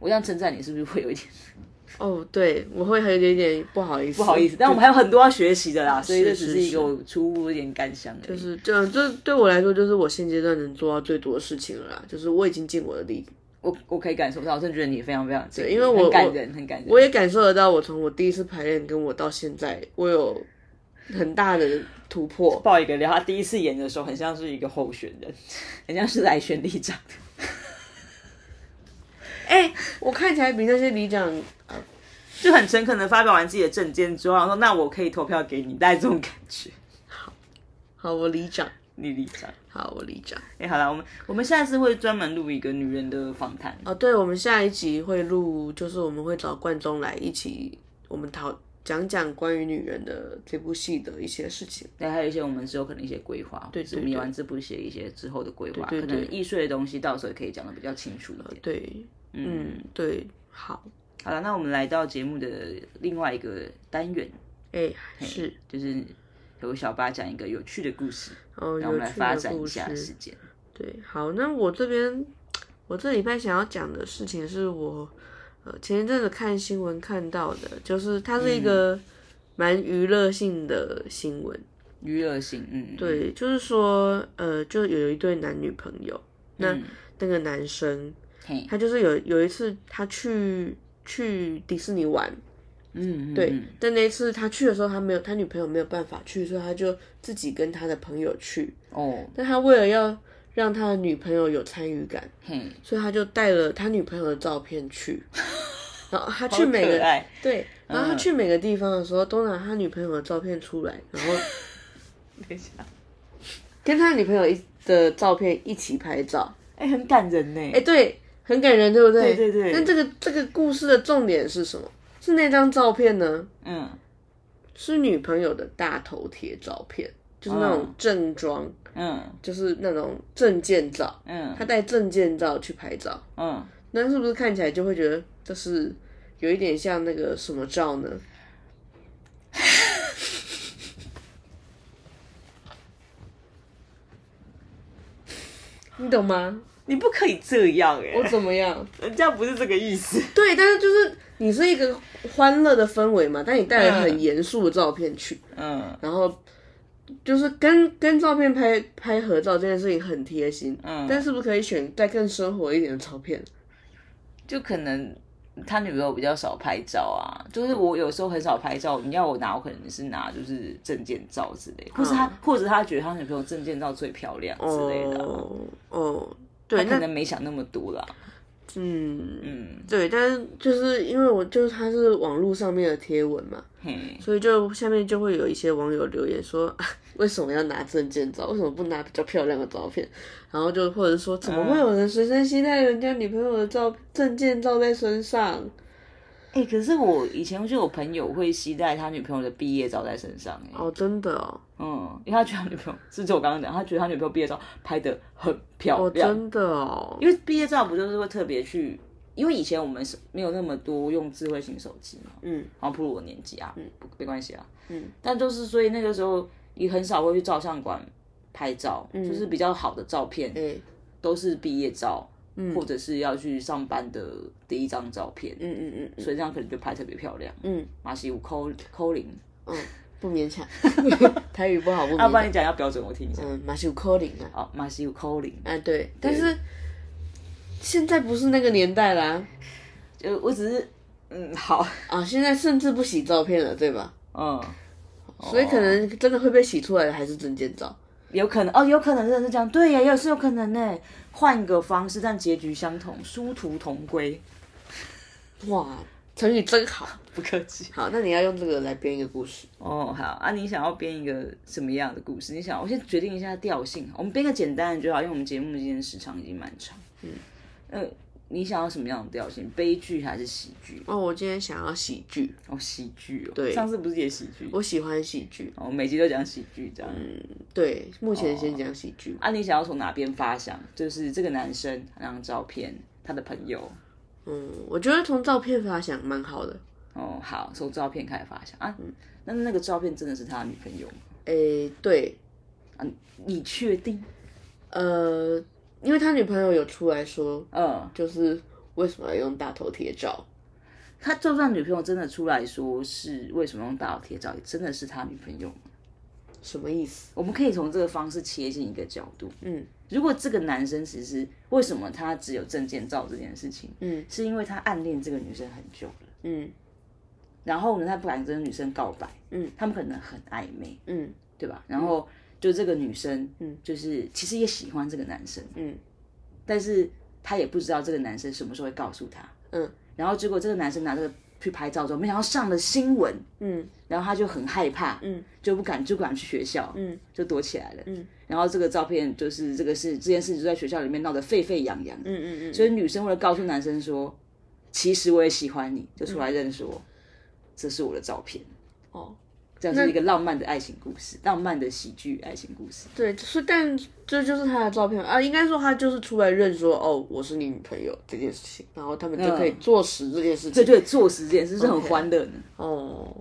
Speaker 1: 我这样称赞你是不是会有一点
Speaker 2: 哦，对，我会有一点点不好意思，
Speaker 1: 不好意思？但我们还有很多要学习的啦，所以这
Speaker 2: 是
Speaker 1: 只是一
Speaker 2: 是
Speaker 1: 个我初步一点感想而已，
Speaker 2: 就是这这对我来说，就是我现阶段能做到最多的事情了啦，就是我已经尽我的力，
Speaker 1: 我我可以感受到，我真的觉得你非常非常尽力
Speaker 2: 对因为我
Speaker 1: 很感人，很感人。
Speaker 2: 我也感受得到，我从我第一次排练跟我到现在，我有很大的突破。
Speaker 1: 爆一个料，他第一次演的时候很像是一个候选人， 很像是来选里长的。
Speaker 2: 哎、我看起来比那些里长，
Speaker 1: 就很诚恳的发表完自己的政见之后，然后说：“那我可以投票给你。”大概这种感觉，
Speaker 2: 好，我里长，
Speaker 1: 你里长。
Speaker 2: 好，我里长。
Speaker 1: 哎、好了，我们我们下次会专门录一个女人的访谈。
Speaker 2: 哦，对，我们下一集会录，就是我们会找冠中来一起，我们讨讲讲关于女人的这部戏的一些事情。
Speaker 1: 对，还有一些我们之后可能一些规划，对
Speaker 2: 对
Speaker 1: 我们
Speaker 2: 对
Speaker 1: 演完这部戏的一些之后的规划，
Speaker 2: 对对
Speaker 1: 可能易碎的东西到时候也可以讲的比较清楚一点。
Speaker 2: 对，嗯，对，好，
Speaker 1: 好了，那我们来到节目的另外一个单元，
Speaker 2: 哎、是，
Speaker 1: 就是由小八讲一个有趣的故事，
Speaker 2: 哦，
Speaker 1: 然后我
Speaker 2: 有
Speaker 1: 们来
Speaker 2: 趣
Speaker 1: 发
Speaker 2: 的
Speaker 1: 展
Speaker 2: 故
Speaker 1: 一下时
Speaker 2: 事。
Speaker 1: 间。
Speaker 2: 对，好，那我这边，我这礼拜想要讲的事情是我，呃，前一阵子看新闻看到的，就是它是一
Speaker 1: 嗯
Speaker 2: 个蛮娱乐性的新闻。
Speaker 1: 娱乐性，嗯，对，
Speaker 2: 对，就是说，呃，就有一对男女朋友，那、
Speaker 1: 嗯
Speaker 2: 那个男生
Speaker 1: 嘿，
Speaker 2: 他就是有有一次他去去迪士尼玩，
Speaker 1: 嗯，嗯
Speaker 2: 对，
Speaker 1: 嗯
Speaker 2: 但那一次他去的时候，他没有他女朋友没有办法去，所以他就自己跟他的朋友去。
Speaker 1: 哦，
Speaker 2: 但他为了要让他的女朋友有参与感，
Speaker 1: 嘿，
Speaker 2: 所以他就带了他女朋友的照 片去。然后他
Speaker 1: 好
Speaker 2: 去每
Speaker 1: 可
Speaker 2: 个
Speaker 1: 爱，嗯
Speaker 2: 对，然后他去每个地方的时候，都拿他女朋友的照片出来，然后
Speaker 1: 等一下，
Speaker 2: 跟他女朋友一的照片一起拍照。
Speaker 1: 哎、很感人呢，
Speaker 2: 哎，对，很感人，对不对？
Speaker 1: 对对对
Speaker 2: 但这个这个故事的重点是什么？是那张照片呢？
Speaker 1: 嗯
Speaker 2: 是女朋友的大头贴照片，就是那种
Speaker 1: 嗯
Speaker 2: 正装，
Speaker 1: 嗯
Speaker 2: 就是那种证件照。
Speaker 1: 嗯
Speaker 2: 他带证件照去拍照，
Speaker 1: 嗯，
Speaker 2: 那是不是看起来就会觉得这是有一点像那个什么照 呢？你懂吗？
Speaker 1: 你不可以这样哎、
Speaker 2: 我怎么样？
Speaker 1: 人家不是这个意思，
Speaker 2: 对，但是就是你是一个欢乐的氛围嘛，但你带了很
Speaker 1: 嗯
Speaker 2: 严肃的照片去，
Speaker 1: 嗯
Speaker 2: 然后就是跟跟照片拍拍合照这件事情很贴心，
Speaker 1: 嗯，
Speaker 2: 但是不是可以选再更生活一点的照片？
Speaker 1: 就可能他女朋友比较少拍照啊，就是我有时候很少拍照，你要我拿，我可能是拿就是证件照之类，或是他、或者他觉得他女朋友证件照最漂亮之类的啊、
Speaker 2: 哦哦，
Speaker 1: 他
Speaker 2: 对，
Speaker 1: 可
Speaker 2: 那
Speaker 1: 能没想那么多啦。
Speaker 2: 嗯
Speaker 1: 嗯，
Speaker 2: 对，但是就是因为我就是它是网络上面的贴文嘛，
Speaker 1: 嘿，
Speaker 2: 所以就下面就会有一些网友留言说， 啊为什么要拿证件照？为什么不拿比较漂亮的照片？然后就或者说，怎么会有人随身携带人家女朋友的照证件照在身上？
Speaker 1: 哎、可是我以前就有朋友会携带他女朋友的毕业照在身上、欸，
Speaker 2: 哦，真的哦，
Speaker 1: 嗯，因为他觉得他女朋友，是就我刚刚讲，他觉得他女朋友毕业照拍的很漂
Speaker 2: 哦，
Speaker 1: 亮，
Speaker 2: 真的哦，
Speaker 1: 因为毕业照不就是会特别去，因为以前我们是没有那么多用智慧型手机嘛，
Speaker 2: 嗯，
Speaker 1: 然后不如我年纪啊，嗯，不没关系啊，
Speaker 2: 嗯，
Speaker 1: 但就是所以那个时候也很少会去照相馆拍照，
Speaker 2: 嗯
Speaker 1: 就是比较好的照片、
Speaker 2: 哎、
Speaker 1: 都是毕业照，嗯，或者是要去上班的第一张照片，
Speaker 2: 嗯嗯嗯嗯
Speaker 1: 所以这样可能就拍特别漂亮，
Speaker 2: 嗯，
Speaker 1: 马西五扣扣零，
Speaker 2: 嗯，不勉 强，台语不啊好不
Speaker 1: 要
Speaker 2: 勉
Speaker 1: 不然
Speaker 2: 强，
Speaker 1: 你讲要标准我听一下，嗯
Speaker 2: 嗯，马修扣零啊，
Speaker 1: 好，马西五扣零，
Speaker 2: 啊对，但是现在不是那个年代啦，
Speaker 1: 就我只是嗯好，
Speaker 2: 啊，现在甚至不洗照片了，对吧？
Speaker 1: 嗯，
Speaker 2: 所以可能真的会被洗出来的还是证件照。
Speaker 1: 有可能哦，有可能真的是这样，对呀，也是有可能呢。换个方式，但结局相同，殊途同归，
Speaker 2: 哇，成语真好。
Speaker 1: 不客气。
Speaker 2: 好，那你要用这个来编一个故事。
Speaker 1: 哦，好啊，你想要编一个什么样的故事？你想，我先决定一下调性，我们编个简单的就好，因为我们节目今天时长已经蛮长。嗯，呃，你想要什么样的调性？悲剧还是喜剧？
Speaker 2: 哦，我今天想要喜剧，
Speaker 1: 哦，喜剧哦，
Speaker 2: 对
Speaker 1: 上次不是也喜剧？
Speaker 2: 我喜欢喜剧。
Speaker 1: 哦，每集都讲喜剧这样。
Speaker 2: 嗯对，目前先讲喜剧。
Speaker 1: 啊，你想要从哪边发想？就是这个男生那张照片，他的朋友，
Speaker 2: 嗯，我觉得从照片发想蛮好的。
Speaker 1: 哦，好，从照片开始发想啊。
Speaker 2: 嗯
Speaker 1: 那那个照片真的是他的女朋友吗？啊
Speaker 2: 诶，对，
Speaker 1: 你确定？
Speaker 2: 呃，因为他女朋友有出来说，
Speaker 1: 嗯，
Speaker 2: 就是为什么要用大头贴照？
Speaker 1: 他就算女朋友真的出来说是为什么用大头贴照，也真的是他女朋友吗。
Speaker 2: 什么意思？
Speaker 1: 我们可以从这个方式切进一个角度。
Speaker 2: 嗯，
Speaker 1: 如果这个男生其实为什么他只有证件照这件事情，
Speaker 2: 嗯，
Speaker 1: 是因为他暗恋这个女生很久了，
Speaker 2: 嗯
Speaker 1: 然后呢，他不敢跟女生告白，
Speaker 2: 嗯，
Speaker 1: 他们可能很暧昧，
Speaker 2: 嗯
Speaker 1: 对吧？然后就这个女生，
Speaker 2: 嗯，
Speaker 1: 就是其实也喜欢这个男生，
Speaker 2: 嗯
Speaker 1: 但是她也不知道这个男生什么时候会告诉她，
Speaker 2: 嗯，
Speaker 1: 然后结果这个男生拿这个去拍照之后，没想到上了新闻，
Speaker 2: 嗯
Speaker 1: 然后他就很害怕，
Speaker 2: 嗯，
Speaker 1: 就不敢就不敢去学校，
Speaker 2: 嗯，
Speaker 1: 就躲起来了，
Speaker 2: 嗯，
Speaker 1: 然后这个照片就是这个事这件事就在学校里面闹得沸沸扬扬，
Speaker 2: 嗯嗯嗯，
Speaker 1: 所以女生为了告诉男生说，其实我也喜欢你，就出来认说，这是我的照片，
Speaker 2: 嗯哦，
Speaker 1: 这样是一个浪漫的爱情故事，浪漫的喜剧爱情故事，
Speaker 2: 对，所以但这就是他的照片啊，应该说他就是出来认说哦，我是你女朋友这件事情，然后他们就可以坐实这件事情。
Speaker 1: 对对，坐实这件事是很
Speaker 2: 嗯 OK
Speaker 1: 欢乐呢。
Speaker 2: 哦，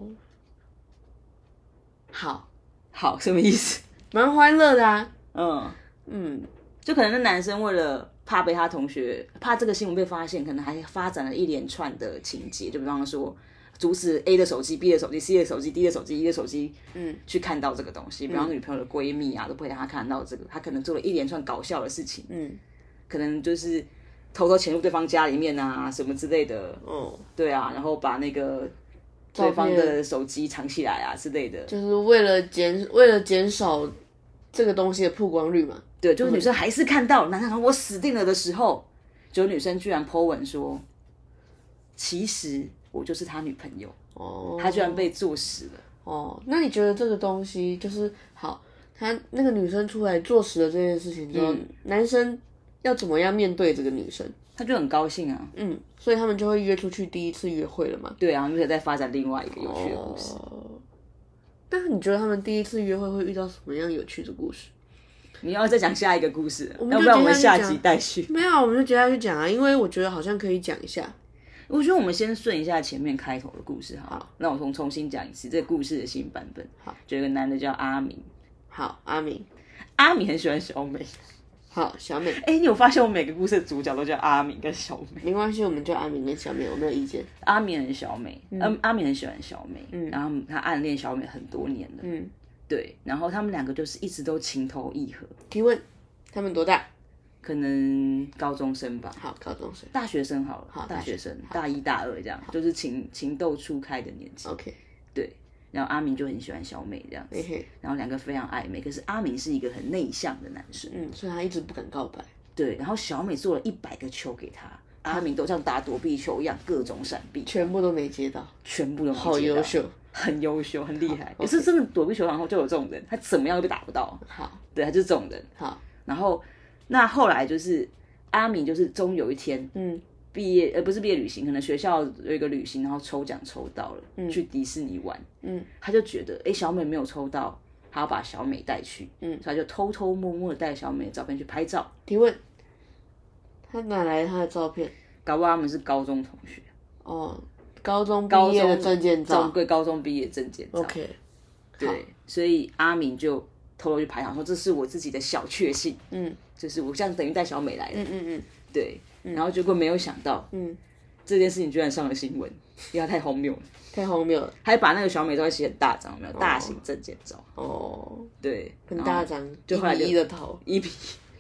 Speaker 2: 好，
Speaker 1: 好，什么意思？
Speaker 2: 蛮欢乐的啊。
Speaker 1: 嗯，
Speaker 2: 嗯，
Speaker 1: 就可能那男生为了怕被他同学怕这个新闻被发现，可能还发展了一连串的情节，就比方说阻止 A 的手机、B 的手机、C 的手机、D 的手机、E 的手机，
Speaker 2: 嗯，
Speaker 1: 去看到这个东西，比方女朋友的闺蜜啊，都不会让她看到这个，她可能做了一连串搞笑的事情，
Speaker 2: 嗯，
Speaker 1: 可能就是偷偷潜入对方家里面啊，什么之类的，
Speaker 2: 哦，
Speaker 1: 对啊，然后把那个对方的手机藏起来啊之类的。
Speaker 2: 就是为了减为了减少这个东西的曝光率嘛。
Speaker 1: 对，就是女生还是看到，男生我死定了的时候，就有女生居然 po 文说，其实我就是他女朋友，
Speaker 2: 哦，
Speaker 1: 他居然被坐实了。
Speaker 2: 哦，那你觉得这个东西就是好？他那个女生出来坐实了这件事情之后，
Speaker 1: 嗯
Speaker 2: 男生要怎么样面对这个女生？
Speaker 1: 他就很高兴啊，
Speaker 2: 嗯，所以他们就会约出去第一次约会了嘛。
Speaker 1: 对啊，又可以再发展另外一个有趣的故事。
Speaker 2: 哦。那你觉得他们第一次约会会遇到什么样有趣的故事？
Speaker 1: 你要再讲下一个故事，
Speaker 2: 们
Speaker 1: 要
Speaker 2: 就
Speaker 1: 不然我们
Speaker 2: 接
Speaker 1: 下
Speaker 2: 下去
Speaker 1: 集
Speaker 2: 讲
Speaker 1: 待续。
Speaker 2: 没有啊，我们就接下去讲啊，因为我觉得好像可以讲一下。
Speaker 1: 我觉得我们先顺一下前面开头的故事好了，那我从重新讲一次这个故事的新版本。好，就有个男的叫阿明，
Speaker 2: 好，阿明，
Speaker 1: 阿明很喜欢小美。
Speaker 2: 好，小美，
Speaker 1: 哎、你有发现我每个故事的主角都叫阿明跟小美？
Speaker 2: 没关系，我们叫阿明跟小美，我没有意见。
Speaker 1: 阿明很小美，嗯、阿明很喜欢小美，然后他暗恋小美很多年了，
Speaker 2: 嗯，
Speaker 1: 对，然后他们两个就是一直都情投意合，
Speaker 2: 提问，他们多大？
Speaker 1: 可能高中生吧，
Speaker 2: 好，高中生。
Speaker 1: 大学生好了，大
Speaker 2: 大
Speaker 1: 学
Speaker 2: 学
Speaker 1: 生大一大二这样，就是情情窦初开的年纪，
Speaker 2: OK，
Speaker 1: 对，然后阿明就很喜欢小美这样子
Speaker 2: 嘿嘿，
Speaker 1: 然后两个非常暧昧，可是阿明是一个很内向的男生，
Speaker 2: 嗯，所以他一直不敢告白。
Speaker 1: 对，然后小美做了一百个球给他，阿明都像打躲避球一样各种闪避，
Speaker 2: 全部都没接到，
Speaker 1: 全部都没
Speaker 2: 好
Speaker 1: 接到
Speaker 2: 优秀。
Speaker 1: 很优秀，很厉害。
Speaker 2: 好
Speaker 1: 也是真的躲避球场后就有这种人，他怎么样都被打不到。
Speaker 2: 好，
Speaker 1: 对，他就是这种人。
Speaker 2: 好，
Speaker 1: 然后那后来就是阿明，就是终有一天
Speaker 2: 嗯，
Speaker 1: 毕业，呃，不是毕业旅行，可能学校有一个旅行，然后抽奖抽到了，去迪士尼玩。
Speaker 2: 嗯，
Speaker 1: 他就觉得，哎，小美没有抽到，他要把小美带去。
Speaker 2: 嗯
Speaker 1: 所以他就偷偷摸摸的带小美的照片去拍照。
Speaker 2: 提问，他哪来他的照片？
Speaker 1: 搞不好他们是高中同学，
Speaker 2: 哦，高中
Speaker 1: 高
Speaker 2: 毕业
Speaker 1: 中
Speaker 2: 的证件
Speaker 1: 中
Speaker 2: 照。
Speaker 1: 对，高中毕业证件照。
Speaker 2: OK，
Speaker 1: 对，所以阿明就偷偷去排场说，这是我自己的小确幸。
Speaker 2: 嗯
Speaker 1: 就是我这样等于带小美来的，
Speaker 2: 嗯嗯
Speaker 1: 对，然后结果没有想到
Speaker 2: 嗯嗯，
Speaker 1: 这件事情居然上了新闻， 因为它太荒谬了，
Speaker 2: 太荒谬了。
Speaker 1: 还把那个小美照片写很大张，有没有大型证件照，
Speaker 2: 哦，
Speaker 1: 对，
Speaker 2: 很大张，
Speaker 1: 就
Speaker 2: 就
Speaker 1: 后来
Speaker 2: 一比一的头，
Speaker 1: 一比，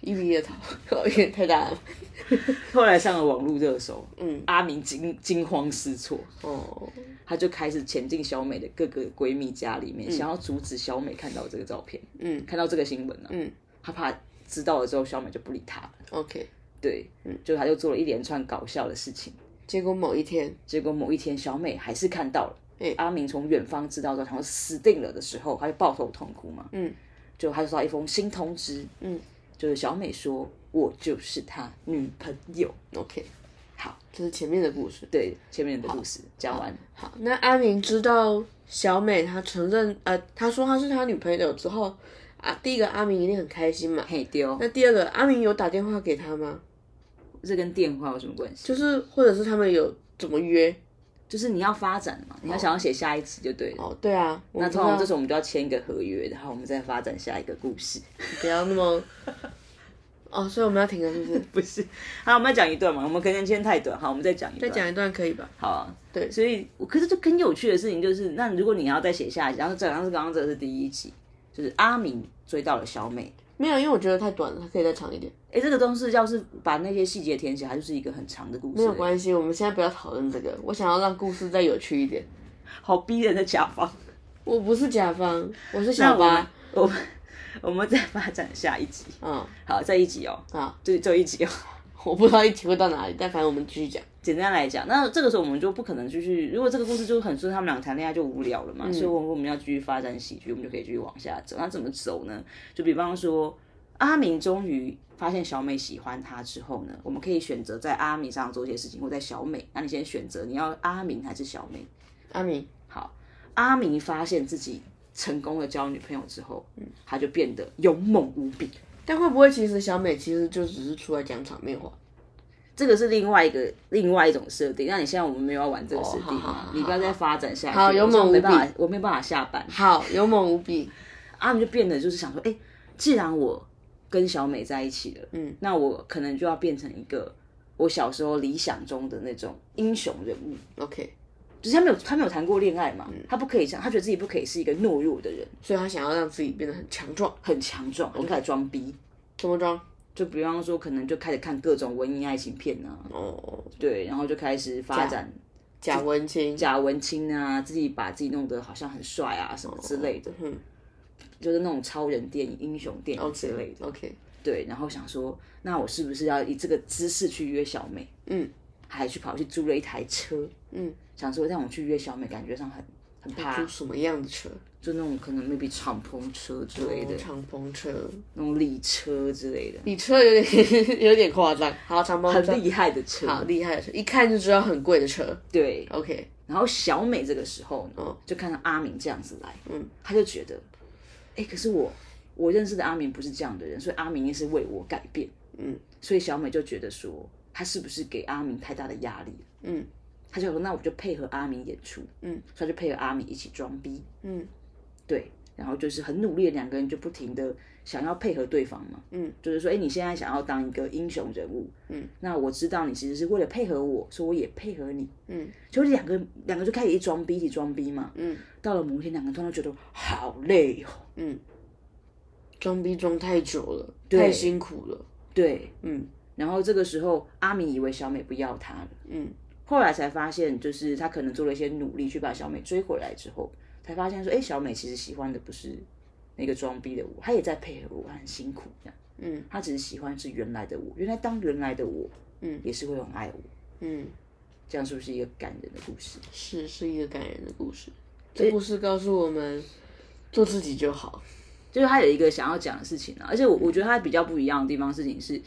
Speaker 2: 一比一的头， 有点太大了。
Speaker 1: 后来上了网络热搜，
Speaker 2: 嗯，
Speaker 1: 阿明惊惊慌失措，
Speaker 2: 哦，
Speaker 1: 他就开始潜进小美的各个闺蜜家里面，想要阻止小美看到这个照片，
Speaker 2: 嗯
Speaker 1: 看到这个新闻啊，
Speaker 2: 嗯
Speaker 1: 他怕知道了之后小美就不理他了，
Speaker 2: ，OK。
Speaker 1: 对，
Speaker 2: 嗯
Speaker 1: 就他就做了一连串搞笑的事情。
Speaker 2: 结果某一天，
Speaker 1: 结果某一天，小美还是看到了。
Speaker 2: 哎
Speaker 1: 阿明从远方知道之后，然后死定了的时候，他就抱头痛哭嘛。
Speaker 2: 嗯，
Speaker 1: 就他就收到一封新通知，
Speaker 2: 嗯
Speaker 1: 就是小美说：“我就是他女朋友。
Speaker 2: ，OK，
Speaker 1: 好，
Speaker 2: 这是前面的故事”。
Speaker 1: 对，前面的故事讲完。
Speaker 2: 好，那阿明知道小美她承认，呃，她说她是她女朋友之后，啊，第一个阿明一定很开心嘛。
Speaker 1: 嘿丢，
Speaker 2: 那第二个，阿明有打电话给她吗？
Speaker 1: 这跟电话有什么关系？
Speaker 2: 就是或者是他们有怎么约？
Speaker 1: 就是你要发展嘛，你要想要写下一集就对了。
Speaker 2: 哦，对啊，我
Speaker 1: 那
Speaker 2: 不知
Speaker 1: 通
Speaker 2: 道
Speaker 1: 常这时候我们就要签一个合约，然后我们再发展下一个故事。
Speaker 2: 不要那 么。哦，所以我们要停了，是不是？
Speaker 1: 不是，好，我们要讲一段嘛，我们可能今天太短，好，我们再讲一
Speaker 2: 再
Speaker 1: 段。
Speaker 2: 讲一段可以吧？
Speaker 1: 好啊，
Speaker 2: 对
Speaker 1: 所以我可是就更有趣的事情就是，那如果你要再写下一集，然后这好像是刚刚这个是第一集，就是阿明追到了小美，
Speaker 2: 没有，因为我觉得太短了，它可以再长一点。
Speaker 1: 哎，这个东西要是把那些细节填起来，它就是一个很长的故事，
Speaker 2: 没有关系，我们现在不要讨论这个。我想要让故事再有趣一点。
Speaker 1: 好逼人的甲方。
Speaker 2: 我不是甲方，我是
Speaker 1: 那
Speaker 2: 小
Speaker 1: 我们
Speaker 2: 八。
Speaker 1: 我们 我们再发展下一集，
Speaker 2: 嗯，
Speaker 1: 好，再一集哦，
Speaker 2: 啊，
Speaker 1: 就就一集哦。
Speaker 2: 我不知道一集会到哪里，但反正我们继续讲。
Speaker 1: 简单来讲，那这个时候我们就不可能继续。如果这个故事就很顺，他们俩谈恋爱就无聊了嘛，所以我我们要继续发展喜剧，我们就可以继续往下走。那怎么走呢？就比方说，阿明终于发现小美喜欢他之后呢，我们可以选择在阿明身上做一些事情，或在小美。那你先选择你要阿明还是小美？
Speaker 2: 阿明，
Speaker 1: 阿明发现自己成功的交女朋友之后，他就变得勇猛无比。
Speaker 2: 但会不会其实小美其实就只是出来讲场面话？
Speaker 1: 这个是另外一个另外一种设定。那你现在我们没有要玩这个设定
Speaker 2: 哦好
Speaker 1: 嘛
Speaker 2: 好好
Speaker 1: 你不要再发展下去。
Speaker 2: 好
Speaker 1: 我
Speaker 2: 勇猛无
Speaker 1: 没办法
Speaker 2: 比，
Speaker 1: 我没办法下班。
Speaker 2: 好，勇猛无比。
Speaker 1: 阿姆就变得就是想说，哎、既然我跟小美在一起了，嗯，那我可能就要变成一个我小时候理想中的那种英雄人物。
Speaker 2: OK，
Speaker 1: 就是他没有他没有谈过恋爱嘛，
Speaker 2: 嗯
Speaker 1: 他不可以想，他觉得自己不可以是一个懦弱的人，
Speaker 2: 所以她想要让自己变得很强壮。
Speaker 1: 很强壮，我就开始装逼。
Speaker 2: 怎么装？
Speaker 1: 就比方说，可能就开始看各种文艺爱情片啊，
Speaker 2: 哦，
Speaker 1: 对，然后就开始发展
Speaker 2: 假文青，
Speaker 1: 假文青啊，自己把自己弄得好像很帅啊什么之类的，
Speaker 2: 嗯
Speaker 1: 就是那种超人电影、英雄电影之类的。
Speaker 2: ，OK，
Speaker 1: 对，然后想说，那我是不是要以这个姿势去约小美？
Speaker 2: 嗯
Speaker 1: 还去跑去租了一台车，
Speaker 2: 嗯，
Speaker 1: 想说让我去约小美，感觉上很很怕
Speaker 2: 租，什么样的车？
Speaker 1: 就那种可能 maybe 敞篷车之类的，
Speaker 2: 敞篷车，
Speaker 1: 那种礼车之类的，
Speaker 2: 你车有点 有点夸张。好，敞篷车
Speaker 1: 很，厉害的车。
Speaker 2: 好厉害的车，一看就知道很贵的车。
Speaker 1: 对，
Speaker 2: OK，
Speaker 1: 然后小美这个时候呢，
Speaker 2: 嗯
Speaker 1: 就看到阿明这样子来，嗯，他就觉得，哎、可是我我认识的阿明不是这样的人，所以阿明也是为我改变，嗯，所以小美就觉得说，他是不是给阿明太大的压力了？
Speaker 2: 嗯，
Speaker 1: 他就说，那我就配合阿明演出，
Speaker 2: 嗯，
Speaker 1: 他就配合阿明一起装逼，
Speaker 2: 嗯，
Speaker 1: 对，然后就是很努力的两个人就不停的想要配合对方嘛，
Speaker 2: 嗯，
Speaker 1: 就是说，哎、你现在想要当一个英雄人物，嗯，那我知道你其实是为了配合我，所以我也配合你，
Speaker 2: 嗯，
Speaker 1: 就两个两个就开始一装逼，一起装逼嘛，嗯，到了某一天，两个突然觉得好累哦，
Speaker 2: 装逼装太久了，太辛苦了。
Speaker 1: 对，
Speaker 2: 嗯
Speaker 1: 然后这个时候阿明以为小美不要他了，
Speaker 2: 嗯，
Speaker 1: 后来才发现，就是他可能做了一些努力去把小美追回来之后，才发现说，哎、小美其实喜欢的不是那个装逼的我，她也在配合我，她很辛苦这样。
Speaker 2: 嗯，
Speaker 1: 她只是喜欢是原来的我，原来当原来的我，
Speaker 2: 嗯，
Speaker 1: 也是会很爱我。
Speaker 2: 嗯，
Speaker 1: 这样是不是一个感人的故事？
Speaker 2: 是是一个感人的故事。这故事告诉我们，做自己就好。
Speaker 1: 就是他有一个想要讲的事情啊，而且我
Speaker 2: 嗯
Speaker 1: 我觉得他比较不一样的地方事情是，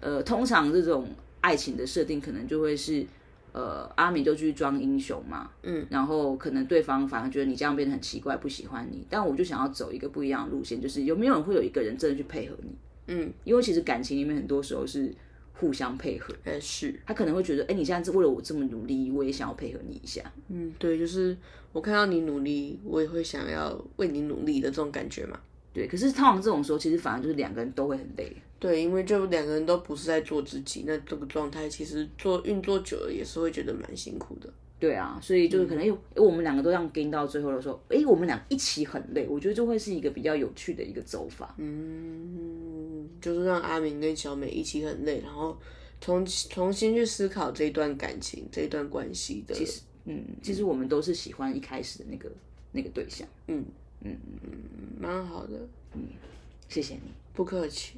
Speaker 1: 呃，通常这种爱情的设定可能就会是，呃，阿米就去装英雄嘛，
Speaker 2: 嗯，
Speaker 1: 然后可能对方反而觉得你这样变得很奇怪，不喜欢你，但我就想要走一个不一样的路线，就是有没有人会有一个人真的去配合你？
Speaker 2: 嗯，
Speaker 1: 因为其实感情里面很多时候是互相配合，
Speaker 2: 哎，是。
Speaker 1: 他可能会觉得，哎，你现在为了我这么努力，我也想要配合你一下，
Speaker 2: 嗯，对，就是我看到你努力，我也会想要为你努力的这种感觉嘛。
Speaker 1: 对，可是通常这种时候，其实反而就是两个人都会很累，
Speaker 2: 对，因为就两个人都不是在做自己，那这个状态其实做运作久了也是会觉得蛮辛苦的。
Speaker 1: 对啊，所以就是可能，因为我们两个都这样跟到最后的时候，哎、我们俩一起很累，我觉得就会是一个比较有趣的一个走法。
Speaker 2: 嗯，就是让阿明跟小美一起很累，然后重重新去思考这一段感情、这一段关系的。其实，
Speaker 1: 嗯，其实我们都是喜欢一开始的那个那个对象。
Speaker 2: 嗯嗯嗯，蛮好的，
Speaker 1: 谢谢你，
Speaker 2: 不客气。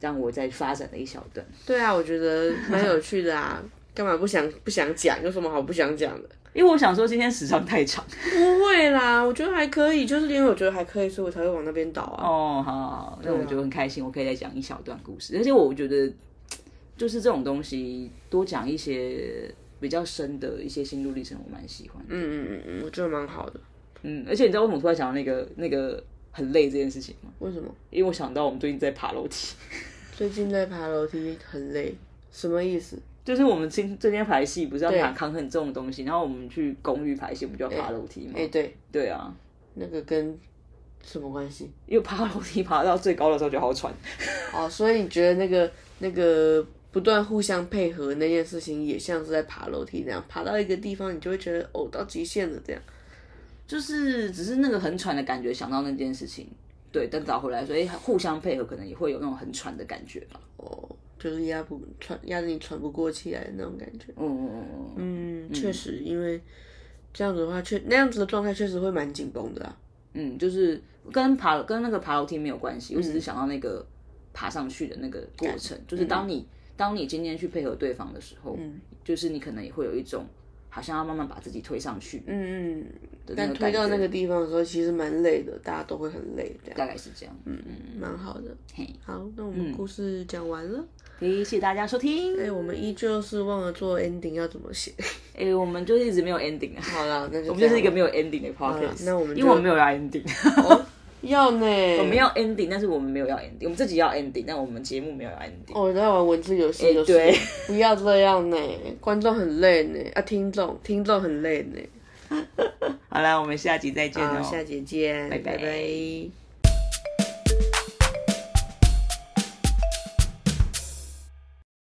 Speaker 1: 让我再发展了一小段，
Speaker 2: 对啊，我觉得蛮有趣的 啊，干嘛不想不想讲？有什么好不想讲的？
Speaker 1: 因为我想说今天时长太长。
Speaker 2: 不会啦，我觉得还可以，就是因为我觉得还可以，所以我才会往那边倒啊。
Speaker 1: 哦，好好好，那我就很开心，我可以再讲一小段故事。而且我觉得，就是这种东西多讲一些比较深的一些心路历程，我蛮喜欢的。
Speaker 2: 嗯嗯嗯嗯，我觉得蛮好的。
Speaker 1: 嗯，而且你知道为什么突然想到那个那个很累这件事情吗？
Speaker 2: 为什么
Speaker 1: 因为我想到我们最近在爬楼梯。
Speaker 2: 最近在爬楼梯很累？什么意思？
Speaker 1: 就是我们今最近排戏不是要爬扛很重的东西，然后我们去公寓排戏，我们就要爬楼梯嘛。
Speaker 2: 哎、对，
Speaker 1: 对啊，
Speaker 2: 那个跟什么关系？
Speaker 1: 因为爬楼梯爬到最高的时候就好喘。
Speaker 2: 哦，所以你觉得那个那个不断互相配合那件事情，也像是在爬楼梯那样，爬到一个地方，你就会觉得哦，到极限了这样。
Speaker 1: 就是只是那个很喘的感觉，想到那件事情，对，但找回来说，哎、互相配合可能也会有那种很喘的感觉吧。
Speaker 2: 哦，就是压不喘，压得你喘不过气来的那种感觉。
Speaker 1: 嗯嗯嗯嗯嗯
Speaker 2: 嗯，确实，因为这样子的话，确那样子的状态确实会蛮紧绷的啊。
Speaker 1: 嗯，就是跟爬跟那个爬楼梯没有关系，我只是想到那个爬上去的那个过程，就是当你、当你今天去配合对方的时候，就是你可能也会有一种好像要慢慢把自己推上去的
Speaker 2: 嗯嗯，
Speaker 1: 那个
Speaker 2: 但
Speaker 1: 感觉，
Speaker 2: 推到那个地方的时候，其实蛮累的，大家都会很累，这
Speaker 1: 大
Speaker 2: 样，
Speaker 1: 概是这样。嗯嗯，
Speaker 2: 蛮好的。
Speaker 1: 嘿，嗯
Speaker 2: 好，那我们故事讲完了。
Speaker 1: 诶，谢谢大家收听。
Speaker 2: 哎、我们依旧是忘了做 ending 要怎么 写。
Speaker 1: 诶，我们就是一直没有 ending 啊，
Speaker 2: 好了，那就
Speaker 1: 我
Speaker 2: 我
Speaker 1: 们就是一个没有 ending 的 podcast。
Speaker 2: 啊那我们就
Speaker 1: 因为我们没有要 ending，
Speaker 2: 要呢，我
Speaker 1: 我们要 ending，但是我们没有要 ending，我们自己要 ending，但我们节目没有要 ending。
Speaker 2: 哦，在玩文字游戏
Speaker 1: 哎
Speaker 2: 就是、
Speaker 1: 对
Speaker 2: 不要这样呢，观众很累呢，啊，听众听众很累呢。
Speaker 1: 好啦，我们下集再见
Speaker 2: 好，
Speaker 1: 哦。
Speaker 2: 下节见，
Speaker 1: 拜拜
Speaker 2: 拜拜